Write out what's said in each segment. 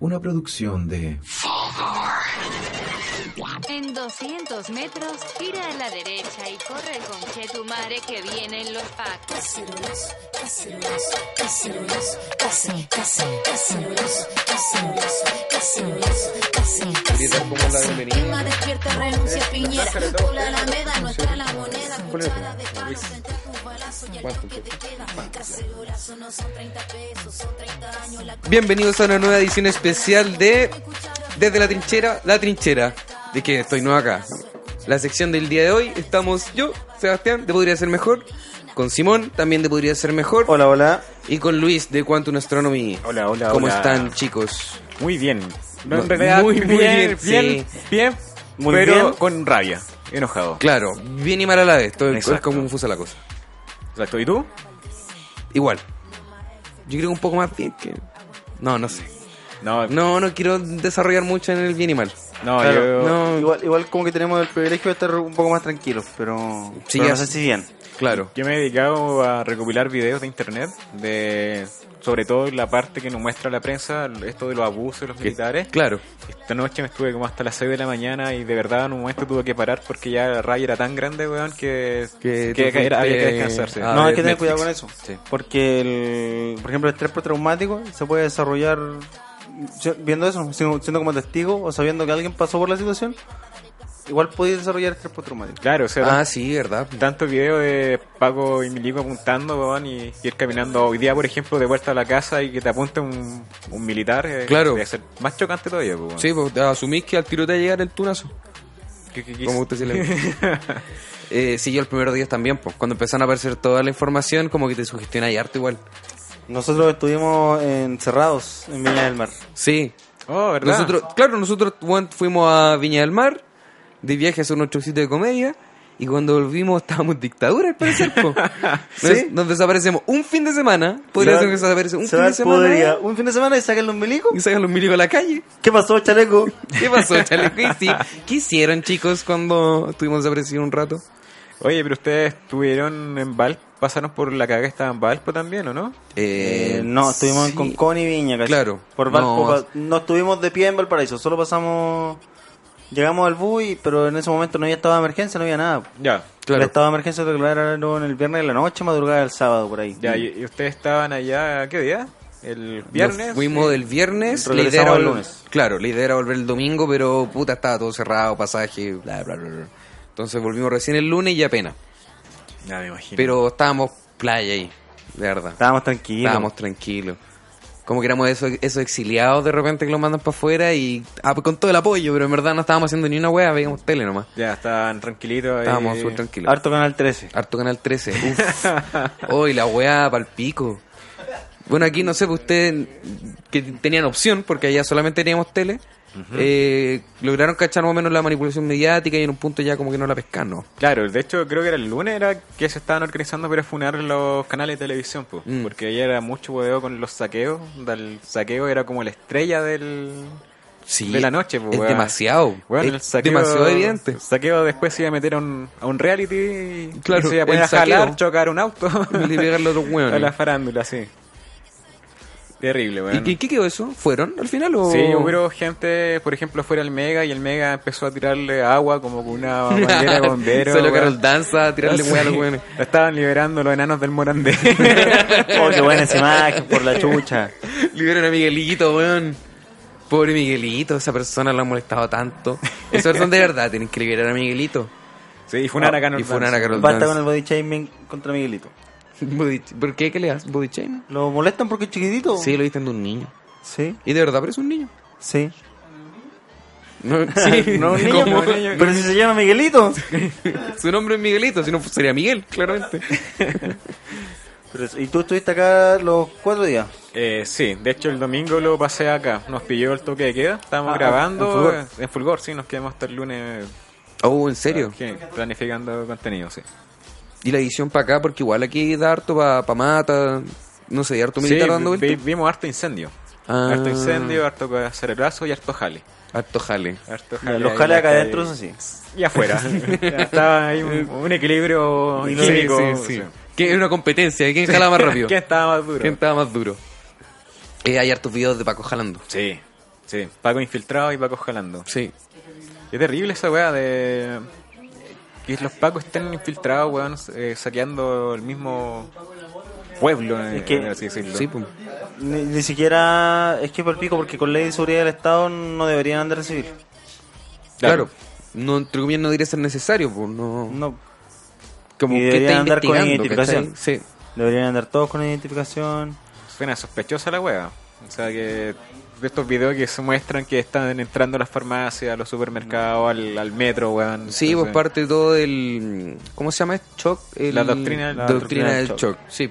Una producción de En 200 metros, gira a la derecha y corre con Chetumare que vienen los pacos. Cacerolos, cacerolos, cacerolos, casi, casi, cacerolos, cacerolos, cacerolos, casi, casi, Gritar como la casi. bienvenida. Emma despierta, renuncia, piñera. Dárselo todo. Por la Alameda, nuestra la moneda. Ponle eso. Cuchara de palo, frente a tus balazos y al ¿Cuánto? toque te queda. Cacerolazo, no son 30 pesos, son 30 años. La Bienvenidos a una nueva edición especial de Desde la Trinchera, La Trinchera. De que estoy nuevo acá. La sección del día de hoy estamos yo, Sebastián, de Podría Ser Mejor, con Simón, también de Podría Ser Mejor, Hola, hola. y con Luis de Quantum Astronomy. Hola, hola, ¿Cómo hola. están, chicos? Muy bien. No, En realidad, muy, muy bien, bien, sí. bien, bien, Muy pero bien. con rabia, enojado. Claro, bien y mal a la vez, todo es Exacto. como confusa la cosa. Exacto. ¿Y tú? Igual. Yo creo que un poco más bien que... No, no sé. No, No, no quiero desarrollar mucho en el bien y mal. no, Claro, yo- No. Igual, igual como que tenemos el privilegio de estar un poco más tranquilos, pero, Sí, pero ya- no sé si bien. Claro. Yo me he dedicado a recopilar videos de internet de, sobre todo la parte que nos muestra la prensa, esto de los abusos de los militares. Claro. Esta noche me estuve como hasta las 6 de la mañana y de verdad en un momento tuve que parar porque ya la rabia era tan grande, weón, que, Que que, tú fuiste era- había que descansarse. a no, hay ver que tener Netflix. cuidado con eso. Sí. Porque, el, por ejemplo, el estrés postraumático se puede desarrollar si- viendo eso, siendo siendo como testigo o sabiendo que alguien pasó por la situación. Igual puede desarrollar estrés postraumático. Claro, o sea, Ah, sí, verdad. Tanto video de Paco y Milico apuntando, weón, y ir caminando hoy día, por ejemplo, de vuelta a la casa y que te apunte un, un militar. eh, Claro. Debe ser más chocante todavía, po, weón. Sí, pues te asumís que al tiro te va a llegar el tunazo. ¿Qué- qué- qué- Como usted se le eh, Sí, yo el primer día también, pues. Cuando empezaron a aparecer toda la información, como que te sugestiona y harto igual. Nosotros estuvimos encerrados en Viña del Mar. Sí. Oh, ¿verdad? Nosotros, claro, nosotros bueno, fuimos a Viña del Mar, de viaje a hacer nuestro sitio de comedia, y cuando volvimos estábamos en dictadura, al parecer, po. Sí. Nos, nos desaparecemos un fin de semana. Podría ser que desaparece un Se fin va de al semana. podría. Un fin de semana y sacan los milicos. Y salgan los milicos a la calle. ¿Qué pasó, chaleco? ¿Qué pasó, chale? ¿Qué, hici- qué hicieron, chicos, cuando estuvimos desaparecidos un rato? Oye, pero ustedes estuvieron en Valpo, pasaron por la caga que estaba en Valpo también, ¿o no? Eh, no, estuvimos sí. en Concón y Viña, casi. Claro. Por Valpo, No. pa- no. estuvimos de pie en Valparaíso, solo pasamos. Llegamos al bus, y- pero en ese momento no había estado de emergencia, no había nada. Ya. Claro. El estado de emergencia lo declararon el viernes de la noche, madrugada del sábado, por ahí. Ya, y, y ustedes estaban allá, ¿qué día? El viernes. Nos fuimos del viernes, la idea regresamos era el vol- lunes. Claro, la idea era volver el domingo, pero puta, estaba todo cerrado, pasaje, bla, bla, bla. bla. Entonces volvimos recién el lunes y apenas. Ya, me imagino. Pero estábamos playa ahí, de verdad. Estábamos tranquilos. Estábamos tranquilos. Como que éramos esos, esos exiliados de repente que los mandan para afuera y ah, con todo el apoyo, pero en verdad no estábamos haciendo ni una wea, veíamos tele nomás. Ya, estaban tranquilitos. ahí. Estábamos súper tranquilos. Eh, Harto Canal 13. Harto Canal 13. Uf. Hoy la weá pa'l pico. Bueno, aquí no sé, pues ustedes que tenían opción, porque allá solamente teníamos tele, eh, lograron cachar más o menos la manipulación mediática y en un punto ya como que no la pescan, ¿no? Claro, de hecho creo que era el lunes era que se estaban organizando para funar los canales de televisión, pues, Mm. porque ahí era mucho hueveo con los saqueos, onda, el saqueo era como la estrella del Sí. de la noche, pues, Es weón. demasiado. Weón, es el saqueo- demasiado evidente. El saqueo después se iba a meter a un, a un reality y- Claro, y se iba a el poner a saqueo. jalar, chocar un auto Y le pegan los otros weones. a la farándula, sí. Terrible, ¿Y weón. qué, qué quedó eso? ¿Fueron al final o...? Sí, hubo gente, por ejemplo, fuera el Mega y el Mega empezó a tirarle agua como con una bandera de bombero. Solo weón. Carol danza, tirarle Sí. weá a los weones. Lo Estaban liberando los enanos del Morandé. Oh, qué buena esa imagen, por la chucha. Liberan a Miguelito, weón. Pobre Miguelito, esa persona lo ha molestado tanto. Esa persona de verdad, tienen que liberar a Miguelito. sí, y funar a Carol Ah, Oh, Y funar a Dance. Carol Basta Dance. con el body shaming contra Miguelito. Body- ¿Por qué? ¿Qué le das? ¿Body shame? ¿Lo molestan porque es chiquitito? Sí, lo dicen de un niño. Sí, Y de verdad, pero es un niño. sí. No, sí, No, un niño, ¿cómo? un niño. Pero si se llama Miguelito. Su nombre es Miguelito, si no sería Miguel, claramente. Pero- y tú estuviste acá los cuatro días. Eh, sí, de hecho el domingo lo pasé acá. Nos pilló el toque de queda. Estábamos Ah, grabando en Fulgor. eh, en Fulgor, sí. Nos quedamos hasta el lunes Oh, ¿en serio? eh, planificando contenido, sí. Y la edición para acá, porque igual aquí da harto para pa mata, no sé, harto militar Sí, dando vi- vueltas. vimos harto incendio. Ah. Harto incendio, harto cerebrazo y harto jale. Harto jale. Harto Ya, jale Eh, Los ahí en jale la acá calle. adentro, eso sí. Y afuera. Ya Estaba ahí un, un equilibrio Sí, químico. sí, sí. Que es una competencia, ¿quién jala más rápido? ¿Quién estaba más duro? ¿Quién estaba más duro? Eh, hay hartos videos de Paco jalando. Sí. Sí, Paco infiltrado y Paco jalando. Sí. Es terrible esa weá de. Que los pacos estén infiltrados, weón, eh, saqueando el mismo pueblo, eh, Es que- así decirlo. Sí, pues. Ni, ni siquiera es que por pico, porque con ley de seguridad del Estado no deberían andar a recibir. Claro. No, entre comillas, no diría ser necesario, pues. No, No, como Y que deberían está andar con investigando, ¿cachai? identificación. Sí. deberían andar todos con identificación. Suena sospechosa la weá. O sea que de estos videos que se muestran que están entrando a las farmacias, a los supermercados, al, al metro, weón. Sí, pues Entonces, parte todo del. ¿Cómo se llama? ¿Es ¿Shock? El- La doctrina- la doctrina doctrina del del shock. Sí.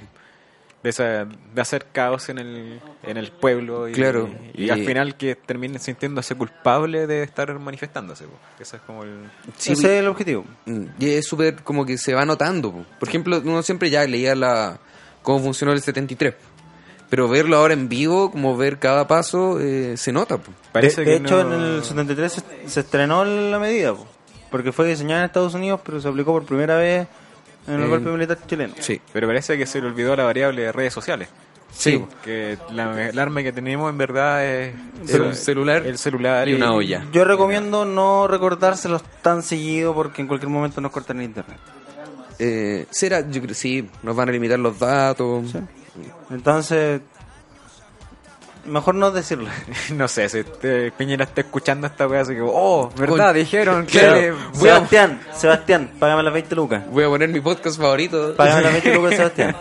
De, esa- de hacer caos en el, en el pueblo. Y, Claro. Y, Y- al final que terminen sintiéndose culpables de estar manifestándose, pues. Eso es como el. Sí, Ese es el objetivo. Mm, Y es súper como que se va notando. po. Por ejemplo, uno siempre ya leía la cómo funcionó el 73. Pero verlo ahora en vivo, como ver cada paso, eh, se nota. po. Parece de de que hecho, no- en el 73 se, se estrenó la medida, po, porque fue diseñada en Estados Unidos, pero se aplicó por primera vez en el Eh, golpe militar chileno. Sí. Pero parece que se le olvidó la variable de redes sociales. Sí. Que la, el arma que tenemos en verdad es El celular el celular y una olla. Yo recomiendo no recordárselos tan seguido porque en cualquier momento nos cortan el internet. Eh, será, yo creo- sí, nos van a limitar los datos. Entonces, mejor no decirlo. No sé, si este Piñera está escuchando esta wea, así que, oh, ¿verdad? Uy. Dijeron que. Claro. voy a- Sebastián, Sebastián, págame las 20 lucas. Voy a poner mi podcast favorito. Págame las 20 lucas, Sebastián.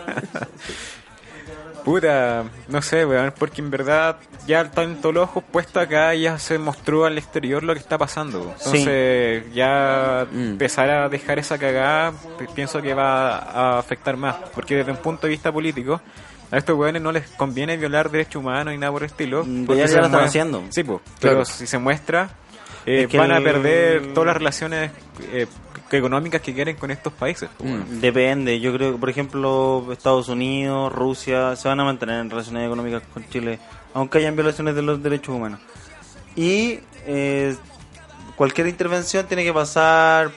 Puta, no sé, weón, porque en verdad ya tanto los ojos puestos acá ya se mostró al exterior lo que está pasando. Entonces, ya Mm. empezar a dejar esa cagada, pi- pienso que va a afectar más. Porque desde un punto de vista político, a estos weones no les conviene violar derechos humanos y nada por el estilo. Mm, porque ya- ya se lo están mueven- haciendo. Sí, pues, Claro. pero si se muestra, eh, Es que van a el- perder todas las relaciones eh, económicas que quieren con estos países. Mm. po, weón. Mm. Depende, yo creo que por ejemplo Estados Unidos, Rusia, se van a mantener en relaciones económicas con Chile, aunque hayan violaciones de los derechos humanos. Y eh, cualquier intervención tiene que pasar,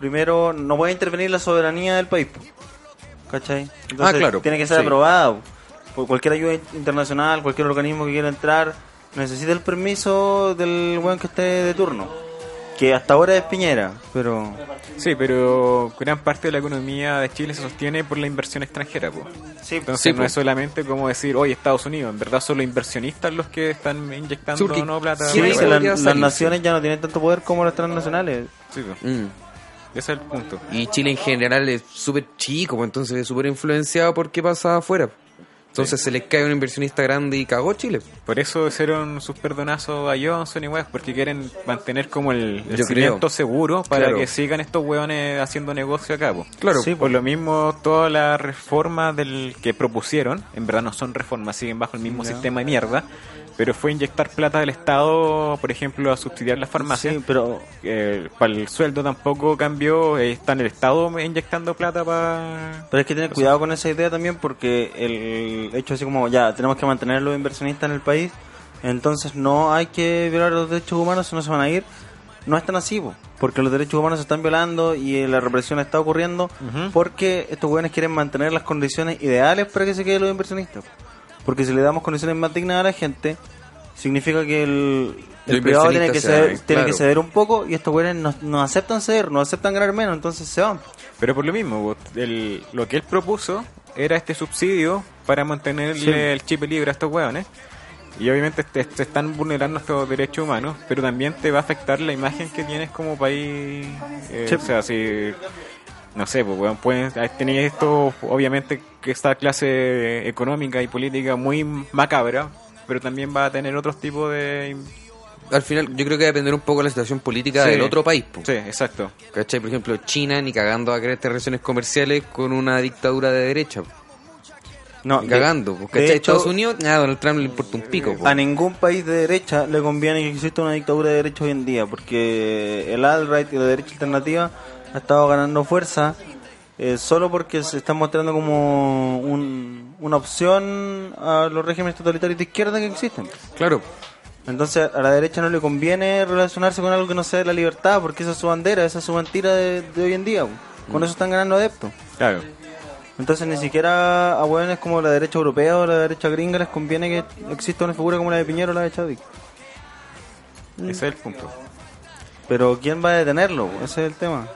primero, no puede intervenir la soberanía del país, po, ¿cachai? Entonces, Ah, claro, Tiene que ser sí. aprobado. Por cualquier ayuda in- internacional, cualquier organismo que quiera entrar, necesita el permiso del buen que esté de turno, que hasta ahora es Piñera, pero... Sí, pero gran parte de la economía de Chile se sostiene por la inversión extranjera. po. Sí, Entonces Sí, no po. es solamente como decir, oye, Estados Unidos, en verdad son los inversionistas los que están inyectando Surge- no plata. sí, Sí, Bueno, dice, podría la- salir, las sí. naciones ya no tienen tanto poder como las transnacionales. sí, po. Mm. ese es el punto. Y Chile en general es súper chico, pues, entonces es súper influenciado por qué pasa afuera. Entonces se les cae un inversionista grande y cagó Chile. Por eso hicieron sus perdonazos a Johnson y weas, porque quieren mantener como el, el Yo creo. cimiento seguro para Claro. que sigan estos weones haciendo negocio acá. po. Claro. Sí, po. Por lo mismo, todas las reformas del que propusieron, en verdad no son reformas, siguen bajo el mismo sistema de mierda, pero fue inyectar plata del Estado, por ejemplo, a subsidiar las farmacias. Sí, pero Eh, para el sueldo tampoco cambió, eh, está en el Estado inyectando plata para... pero hay que tener cuidado con esa idea también porque el hecho así como ya tenemos que mantener a los inversionistas en el país, entonces no hay que violar los derechos humanos, si no se van a ir. No es tan así, po, porque los derechos humanos se están violando y eh, la represión está ocurriendo porque estos jóvenes quieren mantener las condiciones ideales para que se queden los inversionistas. Porque si le damos condiciones más dignas a la gente, significa que el, el Los privado tiene que, inversionistas se ceder, van, tiene que claro. ceder un poco y estos güeyes no, no aceptan ceder, no aceptan ganar menos, entonces se van. Pero por lo mismo, vos, el- lo que él propuso era este subsidio para mantenerle Sí. el chip libre a estos hueones. Y obviamente te, te están vulnerando estos derechos humanos, pero también te va a afectar la imagen que tienes como país. eh, Sí. O sea, si... No sé, pues, weón, pueden tener esto, obviamente, que esta clase económica y política muy macabra, pero también va a tener otros tipos de Al final, yo creo que va a depender un poco de la situación política Sí. del otro país. po. Sí, exacto. ¿Cachai? Por ejemplo, China ni cagando va a querer tener relaciones comerciales con una dictadura de derecha. po. Ah, No, Ni de- cagando. po. de ¿Cachai? hecho, Estados Unidos, nada, a Donald Trump le importa un pico. pues. po. Ah, A ningún país de derecha le conviene que exista una dictadura de derecha hoy en día, porque el alt-right y la derecha alternativa ha estado ganando fuerza eh, solo porque se está mostrando como un- una opción a los regímenes totalitarios de izquierda que existen. Claro. Entonces a la derecha no le conviene relacionarse con algo que no sea la libertad, porque esa es su bandera, esa es su mentira de, de hoy en día. po. Con eso están ganando adeptos. Claro. Entonces ni siquiera a hueones como la derecha europea o la derecha gringa les conviene que exista una figura como la de Piñero o la de Chávez. Ese es el punto. Pero ¿quién va a detenerlo? Ese es el tema.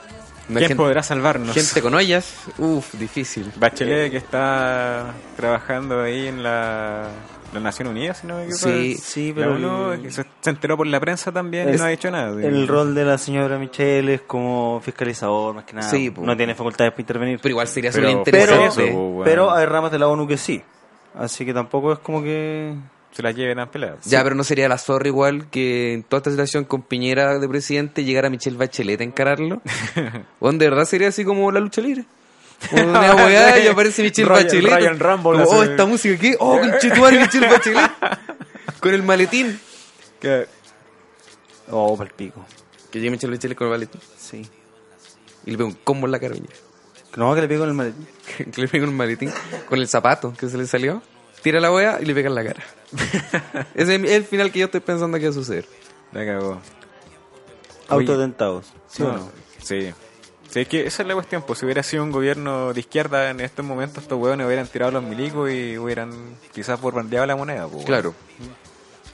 No hay ¿Quién gente, podrá salvarnos? gente con ollas, uff, difícil. Bachelet que está trabajando ahí en la, la Nación Unida, si no me equivoco. Sí, sí, La pero- ONU, que se, se enteró por la prensa también y Es- no ha dicho nada. sí. El rol de la señora Michelle es como fiscalizador, más que nada. Sí, po. no tiene facultades para intervenir. Pero igual sería Pero- súper Pero, interesante. eso, po. bueno. pero hay ramas de la ONU que sí. Así que tampoco es como que... Se la lleven a pelar. Ya, pero no sería la zorra igual que en toda esta situación con Piñera de presidente llegara Michelle Bachelet a encararlo. o de verdad sería así como la lucha libre. Una weá y aparece Michelle Ryan- Bachelet. Ryan Rumble Como, hace- oh, esta música aquí. Oh, conchetumare Michelle Bachelet. con el maletín. Que- Oh, palpico. Que llegue Michelle Bachelet con el maletín. Sí. Y le pega un combo en la cara. mira. No, que le pego en el maletín. que le pega un maletín con el zapato que se le salió. Tira la weá y le pega en la cara. Ese es el final que yo estoy pensando que va a suceder. La cagó. Autotentados. ¿Sí o No, no? Sí. Sí, es que esa es la cuestión. Pues si hubiera sido un gobierno de izquierda en estos momentos, estos hueones hubieran tirado los milicos y hubieran quizás borbandeado la moneda. pues, weón. Claro.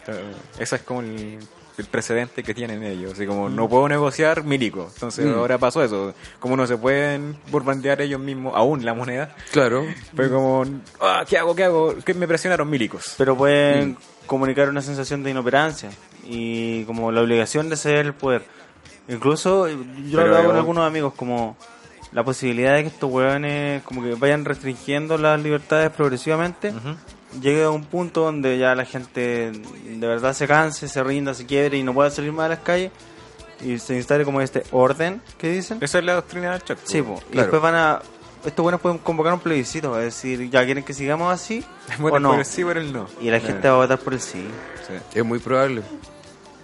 Eh, Ese es como el, el precedente que tienen ellos. Así como, no puedo negociar milico. Entonces ahora pasó eso. Como no se pueden borbandear ellos mismos, aún la moneda, Claro. fue como, ah, ¿qué hago? ¿Qué hago? Que me presionaron milicos. Pero pueden comunicar una sensación de inoperancia y como la obligación de ceder el poder. Incluso yo lo Pero, hablaba con eh, algunos amigos como la posibilidad de que estos hueones como que vayan restringiendo las libertades progresivamente. Llegue a un punto donde ya la gente de verdad se canse, se rinda, se quiebre y no pueda salir más a las calles y se instale como este orden que dicen. Esa es la doctrina del Chuck. pues. Sí, po. y Claro. después van a... Estos buenos pueden convocar un plebiscito, es decir, ya quieren que sigamos así o Bueno, no. por el sí, por el no. Y la Eh. gente va a votar por el sí. Sí. Es muy probable.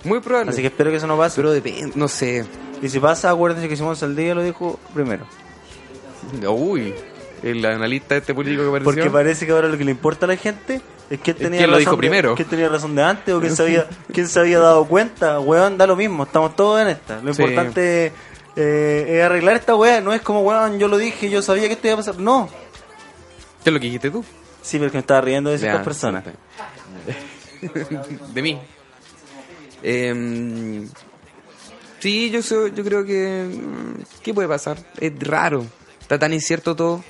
Muy probable. Así que espero que eso no pase. Pero depende, no sé. Y si pasa, acuérdense que Simón Saldivia lo dijo primero. Uy, el analista este político que apareció. Porque parece que ahora lo que le importa a la gente es quién tenía quién lo razón dijo de- primero. quién tenía razón de antes o quién se había, quién se había dado cuenta. Weón, da lo mismo, estamos todos en esta. Lo Sí. importante eh, es arreglar esta weá. No es como, weón, yo lo dije, yo sabía que esto iba a pasar. No. ¿Qué es lo que dijiste tú? Sí, pero que me estaba riendo de ciertas Ya, personas. De mí. Em, sí, yo, soy- yo creo que... mm, ¿Qué puede pasar? Es raro. Está tan incierto todo.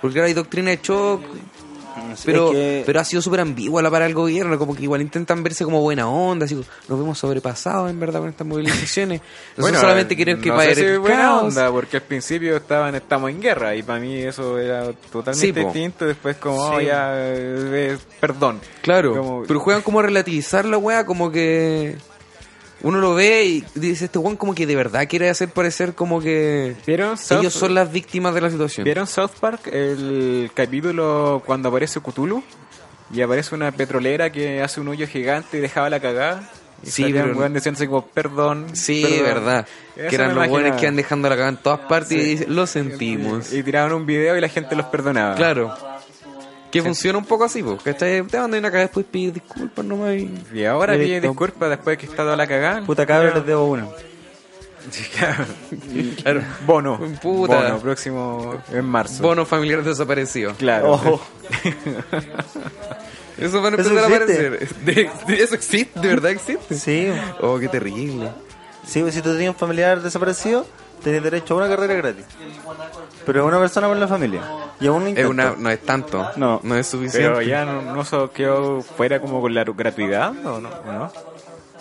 Porque ahora hay doctrina de shock. Pero, Mm, Es que- pero ha sido súper ambigua la para el gobierno, como que igual intentan verse como buena onda, así como, nos vemos sobrepasados en verdad con estas movilizaciones. Nosotros solamente queremos que no vaya sé si el buena caos. onda, porque al principio estaban estamos en guerra y para mí eso era Sí, totalmente po. distinto. Después como, oh, Sí. ya, eh, eh, perdón. Claro, Como- pero juegan como a relativizar la weá, como que uno lo ve y dice, este weón como que de verdad quiere hacer parecer como que ¿Vieron South, ellos son las víctimas de la situación. ¿Vieron South Park el capítulo cuando aparece Cthulhu? Y aparece una petrolera que hace un hoyo gigante y dejaba la cagada. Y Sí, salía pero- un weón diciéndose como, perdón. Sí, perdón. verdad. Eso que eran me los buenos imaginaba. que han dejando la cagada en todas partes y dicen, lo sentimos. Y tiraban un video y la gente los perdonaba. Claro. Que funciona un poco así, pues. ¿Cachai? Te mandan una cagada después pues, pide disculpas nomás. y- Y ahora pide Directo. disculpas después de que está toda la cagada. Puta cabra, les debo uno. Claro. Bono. Puta. Bono, próximo en marzo. Bonos familiares desaparecidos. Claro. Ojo. Eso van a ¿Eso empezar a existe? aparecer. De- de- eso existe, de verdad existe. Sí. Oh, qué terrible. Sí, pues, si tú tenías un familiar desaparecido, tenías derecho a una carrera gratis. Pero es una persona con la familia. Y a un Es intento. una, no es tanto. No. No es suficiente. Pero ya no, no se quedó fuera como con la gratuidad, ¿o no? ¿O no?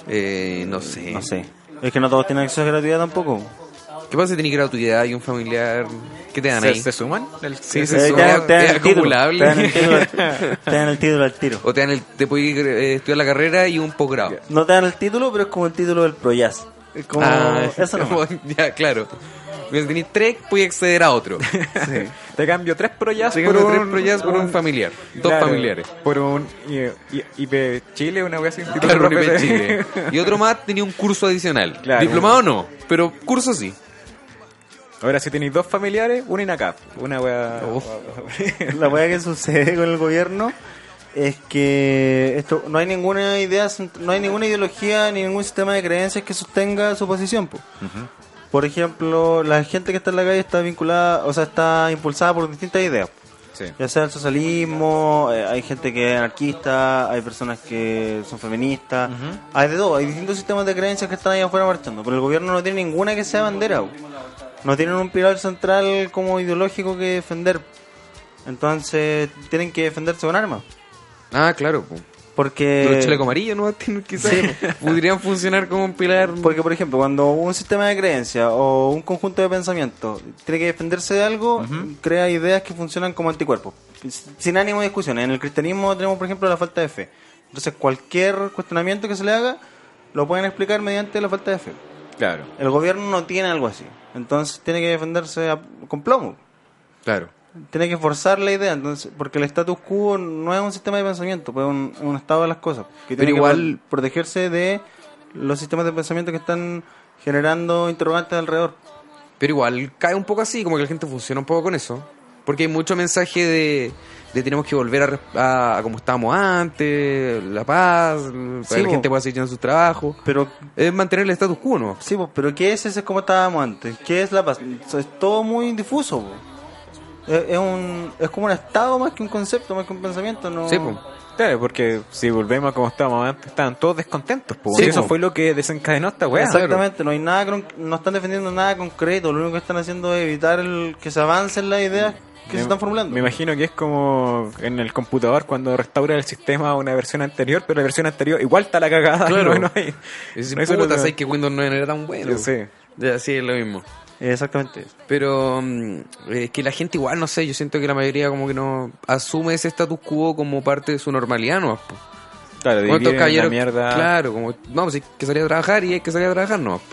Eh, no sé. No sé. Es que no todos tienen acceso a gratuidad tampoco. ¿Qué pasa si tenés gratuidad y un familiar? ¿Qué te dan ¿Se, ahí? se suman? El- Sí, Eh, se te suma, dan- te dan es el título, acumulable. te dan el título al- te dan el título al tiro. O te dan el, te puedes ir, eh, estudiar la carrera y un posgrado. No te dan el título, pero es como el título del Pro Jazz. Es como. Ah, eso no. como- ya, claro. Si tenés tres, puedes acceder a otro. Te cambio tres proyas Así que por, los tres un- proyectos por un familiar. Dos claro, familiares. Por un I- I- IP Chile, una wea sin título Claro, profe- en Chile. Y otro más tenía un curso adicional. Claro. Diplomado no, pero curso sí. Ahora, si tenéis dos familiares, una INACAP. Una wea. Uf. La weá que sucede con el gobierno es que esto no hay ninguna idea, no hay ninguna ideología ni ningún sistema de creencias que sostenga su posición. po. Por ejemplo, la gente que está en la calle está vinculada, o sea, está impulsada por distintas ideas. po. Sí. Ya sea el socialismo, eh, hay gente que es anarquista, hay personas que son feministas, hay de todo, hay distintos sistemas de creencias que están ahí afuera marchando, pero el gobierno no tiene ninguna que sea bandera. po. No tienen un pilar central como ideológico que defender. Entonces tienen que defenderse con armas. Ah, claro. po. Porque... Los chalecos amarillos no Tienen- quizás Eh, Sí. podrían funcionar como un pilar. Porque, por ejemplo, cuando un sistema de creencias o un conjunto de pensamientos tiene que defenderse de algo, crea ideas que funcionan como anticuerpos. Sin ánimo de discusión. En el cristianismo tenemos, por ejemplo, la falta de fe. Entonces, cualquier cuestionamiento que se le haga, lo pueden explicar mediante la falta de fe. Claro. El gobierno no tiene algo así. Entonces, tiene que defenderse a- con plomo. Claro. Tiene que forzar la idea. entonces Porque el status quo no es un sistema de pensamiento, pues es un, un estado de las cosas. Que Pero tiene que igual- pro- protegerse de los sistemas de pensamiento que están generando interrogantes alrededor. Pero igual cae un poco así, como que la gente funciona un poco con eso. Porque hay mucho mensaje de, de tenemos que volver a res- a, a como estábamos antes, la paz, para que po. la gente pueda seguir haciendo su trabajo. Pero, Es mantener el status quo, ¿no? sí, pues, pero ¿qué es ese como estábamos antes? ¿Qué es la paz? O sea, es todo muy difuso. po. Es, es un, es como un estado más que un concepto, más que un pensamiento. No... Sí, pues. po. Claro, porque si volvemos a como estábamos antes, estaban todos descontentos. po. Sí, eso po. fue lo que desencadenó esta weá. Exactamente, no hay nada, conc- no están defendiendo nada concreto, lo único que están haciendo es evitar el, que se avancen las ideas que Me- se están formulando. Me imagino que es como en el computador cuando restaura el sistema a una versión anterior, pero la versión anterior igual está la cagada. Claro. No, no hay. Es no decir, puta, hay solución. sabes que Windows no era tan bueno. Sí. Ya, sí, es lo mismo. Exactamente eso. Pero mm, es que la gente igual, no sé, yo siento que la mayoría como que no asume ese status quo como parte de su normalidad, ¿no? Po. Claro, Como estos dividen la caballeros- mierda. Claro, como vamos, hay que salir a trabajar y hay que salir a trabajar, ¿no? Po.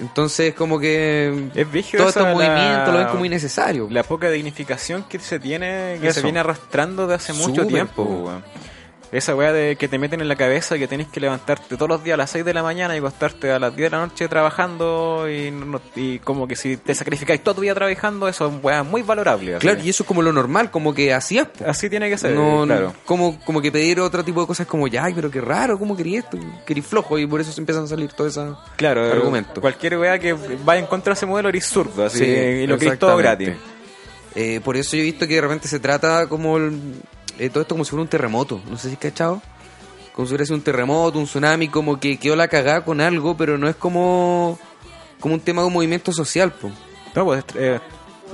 Entonces como que Es brígido todo esa este la- movimiento lo ven como innecesario. La poca dignificación que se tiene, que Eso. se viene arrastrando de hace mucho Súper, tiempo, po. weón. Esa weá de que te meten en la cabeza que tenés que levantarte todos los días a las 6 de la mañana y acostarte a las 10 de la noche trabajando y, no- no- y como que si te sacrificáis todo tu día trabajando, eso es weá muy valorable. así. Claro, y eso es como lo normal, como que hacías, po. Así tiene que ser, No, no, claro. como, como que pedir otro tipo de cosas como, ya, ay, pero qué raro, ¿cómo quería esto? Querí flojo y por eso se empiezan a salir todas esas Claro, eh, argumentos. cualquier weá que vaya en contra de ese modelo eres zurdo, así Sí, que- y lo que es todo exactamente. gratis. Eh, por eso yo he visto que de repente se trata como el- eh, todo esto como si fuera un terremoto. No sé si cachado. Como si hubiera sido un terremoto, un tsunami, como que quedó la cagada con algo, pero no es como, como un tema de un movimiento social. po. No, pues eh,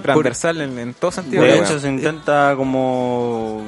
transversal en, en todo sentido. De la hecho, weá. se intenta como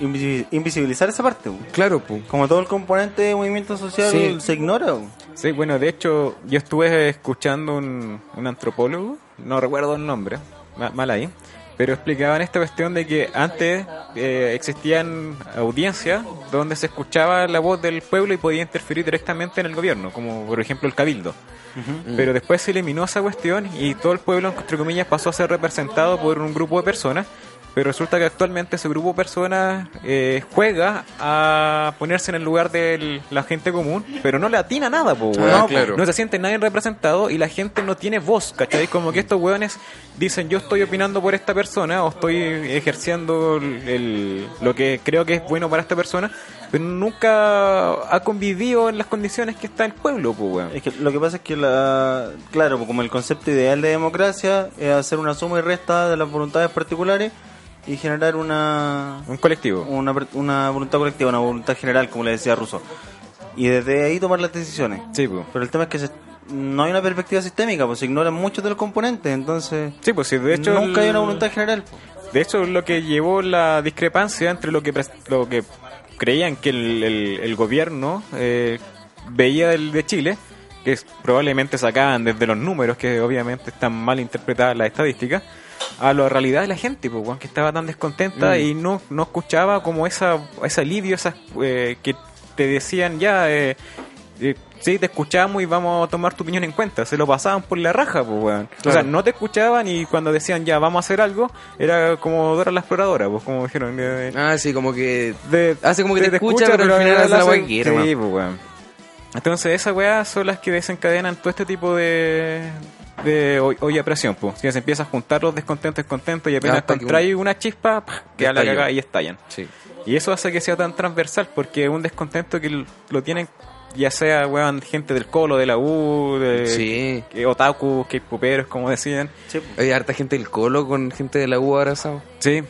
invisi- invisibilizar esa parte. bu. Claro, po. Como todo el componente de movimiento social Sí. se ignora. bu. Sí, bueno, de hecho, yo estuve escuchando un, un antropólogo, no recuerdo el nombre, ma- mal ahí, pero explicaban esta cuestión de que antes eh, existían audiencias donde se escuchaba la voz del pueblo y podía interferir directamente en el gobierno, como por ejemplo el cabildo. Mm. Pero después se eliminó esa cuestión y todo el pueblo, entre comillas, pasó a ser representado por un grupo de personas. Pero resulta que actualmente ese grupo de personas eh, juega a ponerse en el lugar de la gente común, pero no le atina nada, po, Ah, weón. claro. No se siente nadie representado y la gente no tiene voz, ¿cachai? Como que estos weones dicen yo estoy opinando por esta persona o estoy ejerciendo el, el- lo que creo que es bueno para esta persona, pero nunca ha convivido en las condiciones que está el pueblo, po, weón. Es que lo que pasa es que, la, claro, pues como el concepto ideal de democracia es hacer una suma y resta de las voluntades particulares y generar una, Un colectivo. una, per- una voluntad colectiva, una voluntad general, como le decía Rousseau. Y desde ahí tomar las decisiones. Sí, po. Pero el tema es que se- no hay una perspectiva sistémica, pues se ignoran muchos de los componentes, entonces Sí, pues sí, de hecho. nunca hay el- una voluntad general. pues. De hecho, lo que llevó la discrepancia entre lo que, pres- lo que creían que el, el- el gobierno eh, veía del de Chile, que es- probablemente sacaban desde los números, que obviamente están mal interpretadas las estadísticas, a la realidad de la gente, pues, weón, que estaba tan descontenta Mm. y no, no escuchaba como esa, ese alivio, esas eh, que te decían ya. Eh, eh, Sí, te escuchamos y vamos a tomar tu opinión en cuenta. Se lo pasaban por la raja, pues, weón. O sea, Claro. no te escuchaban y cuando decían ya vamos a hacer algo, era como Dora la exploradora, pues como dijeron. eh, Ah, sí, como que... de- Hace como que te escucha, pero al final hace la weá que quiere, sí, weón. pues, weón. Entonces, esas weas son las que desencadenan todo este tipo de. de hoy, hoy presión, pues. Si se empieza a juntar los descontentos, contentos y apenas Hasta que contrae una chispa, ¡pah! queda la Estalla. cagada y estallan. Sí. Y eso hace que sea tan transversal, porque es un descontento que l- lo tienen ya sea, weón, gente del Colo, de la U, de Sí. que- otaku, K-poperos, como decían. Sí, po. Hay harta gente del Colo con gente de la U abrazado. Sí.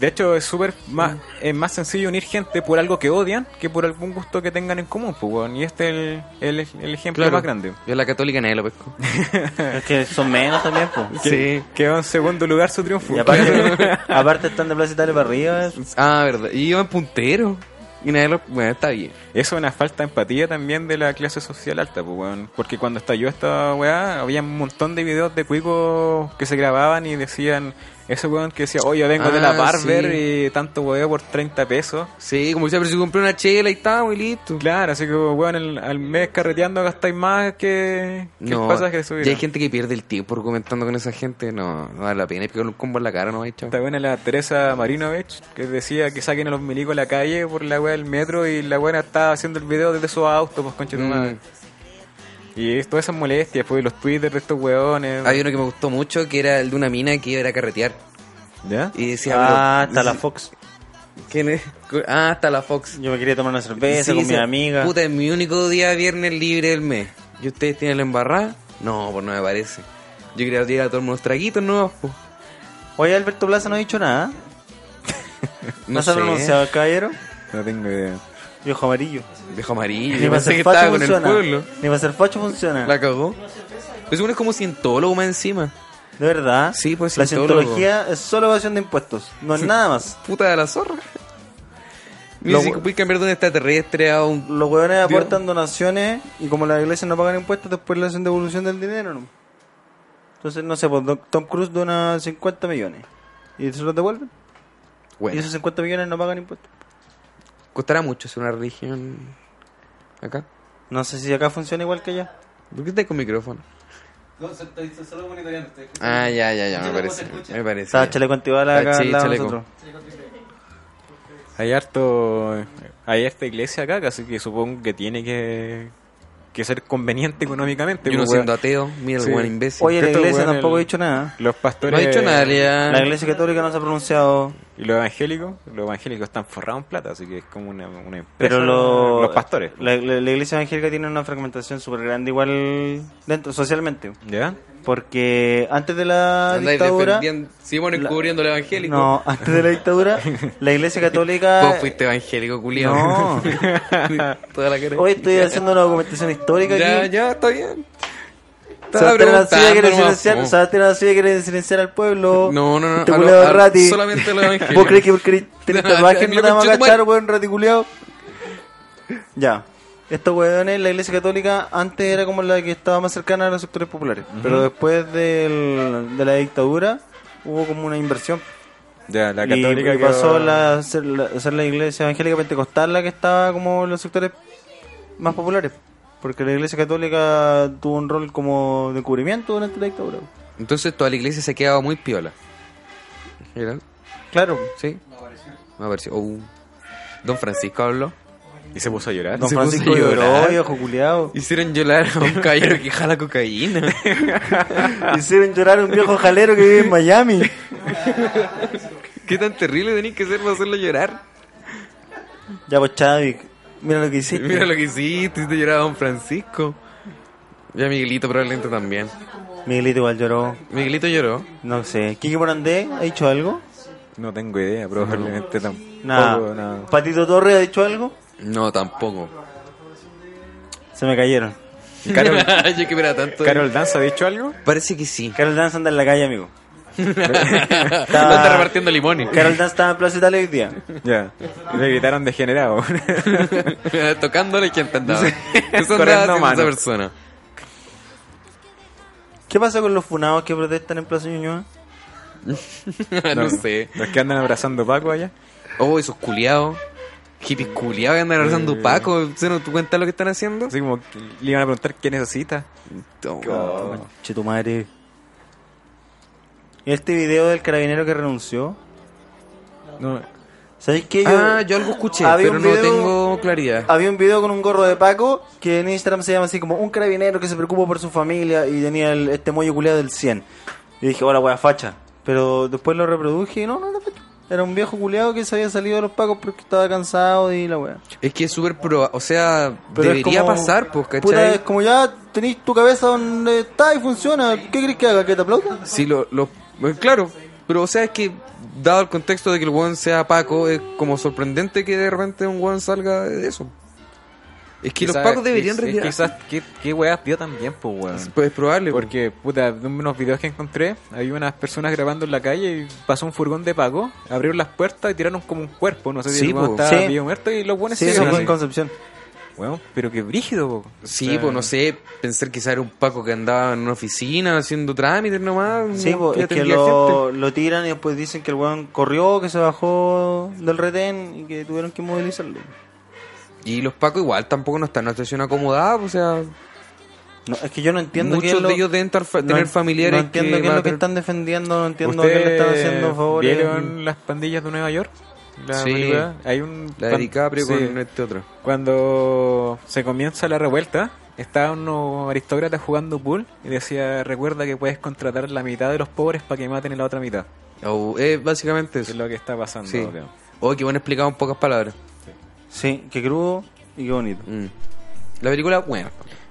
De hecho, es súper Mm. más, es más sencillo unir gente por algo que odian que por algún gusto que tengan en común, pues, weón. Y este es el, el- el ejemplo más grande. Yo a la católica nadie lo pesco. Es que son menos también, po. Que- Quedó en segundo lugar su triunfo. Y aparte, aparte están de Plaza Italia para arriba. es- Ah, verdad. Y yo en puntero. Y nadie lo... Bueno, está bien. Eso es una falta de empatía también de la clase social alta, pues, weón. Porque cuando estalló esta weá, había un montón de videos de cuicos que se grababan y decían, ese weón que decía, oye, yo vengo de la Ah, barber sí. y tanto weón por 30 pesos. Sí, como decía, pero si compré una chela y estaba y listo. Claro, así que, weón, el- al mes carreteando gastáis más que, que el No, pasaje de y subida. hay gente que pierde el tiempo argumentando con esa gente. No, no vale la pena. Y pegarle un combo en la cara, no hay chao. Está buena la Teresa Marinovich, que decía que saquen a los milicos a la calle por la weá del metro y la weá está haciendo el video desde su auto, pues concha de tu Mm. madre. Y es- todas esas molestias, pues los twitters de estos weones. Había uno que me gustó mucho que era el de una mina que iba a ir a carretear. ¿Ya? Y decía, Ah, pero- hasta la Fox. ¿Quién es? Ah, hasta la Fox. Yo me quería tomar una cerveza Sí, con mi dice, amiga. Puta, es mi único día viernes libre del mes. ¿Y ustedes tienen la embarrada? No, pues no me parece. Yo quería tirar a todos unos traguitos nuevos, pues. Oye, Alberto Plaza no ha dicho nada. No No, se ha sé. pronunciado el caballero. No tengo idea. Viejo amarillo. Viejo amarillo. Ni Yo para pensé que ser estaba facho con el funciona. pueblo. Ni para ser facho funciona. La cagó. Pues uno es como cientólogo más encima. De verdad. Sí, pues, La cientólogo. cientología es solo evasión de impuestos. No es nada más. Puta de la zorra. Ni Lo- si puedes cambiar de un extraterrestre a un... Los hueones aportan donaciones y como las iglesias no pagan impuestos, después le hacen devolución del dinero. ¿no? Entonces, no sé, pues, Don- Tom Cruise dona 50 millones y se los devuelven. Y Bueno, esos 50 millones no pagan impuestos. costará mucho ser una religión acá. No sé si acá funciona igual que allá. ¿Por qué estás con micrófono? Ah, ya, ya, ya, me parece. Me parece. Estaba chaleco antibala acá Ah, sí, al lado de chaleco. nosotros. Hay harto. Hay harta iglesia acá, así que supongo que tiene que, que ser conveniente económicamente. Y uno pues, siendo weón. ateo, mira Sí. el buen imbécil. Oye, la Estos iglesia hueones- tampoco ha dicho nada. Los pastores. no ha dicho nada, Ah. ya. La iglesia católica no se ha pronunciado. Y los evangélicos, los evangélicos están forrados en plata, así que es como una, una empresa. Pero lo- los pastores. La, la- la iglesia evangélica tiene una fragmentación súper grande igual dentro, socialmente. ¿Ya? Porque antes de la Andáis dictadura... defendiendo- Simón la- encubriendo el evangélico. No, antes de la dictadura, la iglesia Vos católica... fuiste evangélico, culiado. No, Toda la cara. hoy estoy haciendo una documentación histórica Ya, aquí. ya, está bien. Estaba Sebastián Arcilla quiere preguntando nomás, silenciar, po. Sebastián Arcilla quiere silenciar al pueblo. No, no, no. Este a lo- culiao a- rati. Solamente los evangélicos. ¿Vos crees que porque tenés No, tatuajes no lo te vamos a conchetumare. cachar, weón, reticuleado? Ya. Estos weones, la iglesia católica antes era como la que estaba más cercana a los sectores populares. Pero después del- de la dictadura hubo como una inversión. Ya, la Y- católica. y, que pasó va- la- a ser la, a ser la iglesia evangélica pentecostal la que estaba como en los sectores más populares. Porque la iglesia católica tuvo un rol como de cubrimiento durante la dictadura. Entonces toda la iglesia se quedaba muy piola. Mira, Claro. ¿Sí? Me apareció. Oh. Don Francisco habló. Y se puso a llorar. Don Ah, Se Francisco puso a lloró, llorar. viejo culiao. Hicieron llorar a un caballero que jala cocaína. Hicieron llorar a un viejo jalero que vive en Miami. ¿Qué tan terrible tenés que ser para hacerlo llorar? Ya pues Chavic, mira lo que hiciste. Mira lo que hiciste, hiciste llorar a Don Francisco. Y a Miguelito probablemente también. Miguelito igual lloró. Miguelito lloró. No sé. ¿Kiki Morandé ha dicho algo? No tengo idea, probablemente tampoco. Nada. nada. ¿Patito Torres ha dicho algo? No, tampoco. Se me cayeron. Carol, Yo que era tanto. Carol Danza, ¿ha dicho algo? Parece que sí. Carol Dance anda en la calle, amigo. Estaba... Anda repartiendo limones. Carol Dance estaba en Plaza Italia hoy día. Ya. Le gritaron degenerado. Tocándole quien te andaba. Eso Corriendo andaba haciendo mano. esa persona. ¿Qué pasa con los funados que protestan en Plaza Ñuñoa? no, sé. Los que andan abrazando a Paco allá. Oh, esos culiados. Hippies culiados que Eh. andan abrazando Paco. ¿Se no tú cuentas lo que están haciendo? Así como que le iban a preguntar qué necesita. Oh. Che tu madre. ¿Y este video del carabinero que renunció? No, ¿Sabéis qué? Ah, yo algo escuché, Había pero un no video- Ah. tengo claridad. Había un video con un gorro de Paco que en Instagram se llama así como un carabinero que se preocupa por su familia y tenía el- este mollo culiado del 100. Y dije, hola, wea facha. Pero después lo reproduje y no, no era facha. Era un viejo culiado que se había salido de los pacos porque estaba cansado y la weá. Es que es súper pro, o sea, Pero es debería como- pasar, pues, ¿cachai? puta, es como ya tenéis tu cabeza donde está y funciona. ¿Qué crees que haga? ¿Que te aplauda? Sí, lo, lo- eh, claro, pero o sea, es que dado el contexto de que el weón sea Paco, es como sorprendente que de repente un weón salga de eso. Es que los Quizás- Pacos deberían es- es retirarse. Quizás, ¿qué, qué weas vio también, pues, weón? Pues es probable. Porque, puta, de unos videos que encontré, había unas personas grabando en la calle y pasó un furgón de pago, abrieron las puertas y tiraron como un cuerpo, no sé si Sí, el weón po. estaba Sí. vivo o muerto y los buenos Sí, se eso iban fue así. en Concepción. Weón, pero qué brígido, po. Sí, O sea, pues no sé, pensar quizás era un Paco que andaba en una oficina haciendo trámites nomás. Sí, no, po, que es que atendía lo, gente. lo tiran y después dicen que el weón corrió, que se bajó del retén y que tuvieron que movilizarlo. Y los Pacos igual tampoco no están en una situación acomodada, pues, o sea, No, es que yo no entiendo qué muchos es lo- de ellos deben estar fa- no tener en- familiares No entiendo que qué es van lo a que tener- están defendiendo, no entiendo a qué ¿Ustedes le están haciendo eh. favores. ¿Vieron las pandillas de Nueva York? La Sí. película. Hay un La de pan- DiCaprio sí. con este otro. Cuando se comienza la revuelta, estaban unos aristócratas jugando pool y decía, recuerda que puedes contratar la mitad de los pobres para que maten a la otra mitad. Oh, eh, básicamente Es eso. lo que está pasando. Sí. creo. Oh, que bueno explicado en pocas palabras. Sí, qué crudo y qué bonito. Mm. La película, bueno.